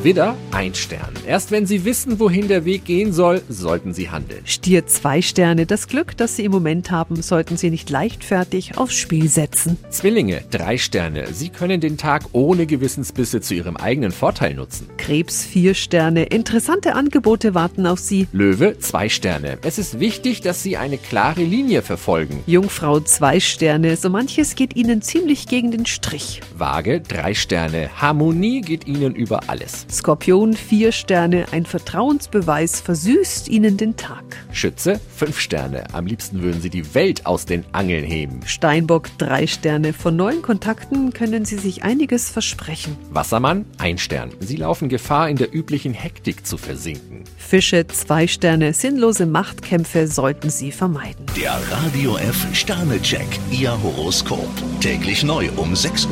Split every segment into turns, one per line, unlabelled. Widder, ein Stern. Erst wenn Sie wissen, wohin der Weg gehen soll, sollten Sie handeln.
Stier zwei Sterne. Das Glück, das Sie im Moment haben, sollten Sie nicht leichtfertig aufs Spiel setzen.
Zwillinge, drei Sterne. Sie können den Tag ohne Gewissensbisse zu Ihrem eigenen Vorteil nutzen.
Krebs vier Sterne. Interessante Angebote warten auf Sie.
Löwe, zwei Sterne. Es ist wichtig, dass Sie eine klare Linie verfolgen.
Jungfrau zwei Sterne. So manches geht Ihnen ziemlich gegen den Strich.
Waage, drei Sterne. Harmonie geht Ihnen über alles.
Skorpion vier Sterne. Ein Vertrauensbeweis versüßt Ihnen den Tag.
Schütze, fünf Sterne. Am liebsten würden Sie die Welt aus den Angeln heben.
Steinbock drei Sterne. Von neuen Kontakten können Sie sich einiges versprechen.
Wassermann, ein Stern. Sie laufen Gefahr, in der üblichen Hektik zu versinken.
Fische zwei Sterne. Sinnlose Machtkämpfe sollten Sie vermeiden.
Der Radio F Sternecheck, Ihr Horoskop. Täglich neu um 6.20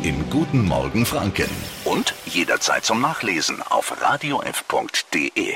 Uhr im Guten Morgen Franken. Und jederzeit zum Nachlesen auf radiof.de.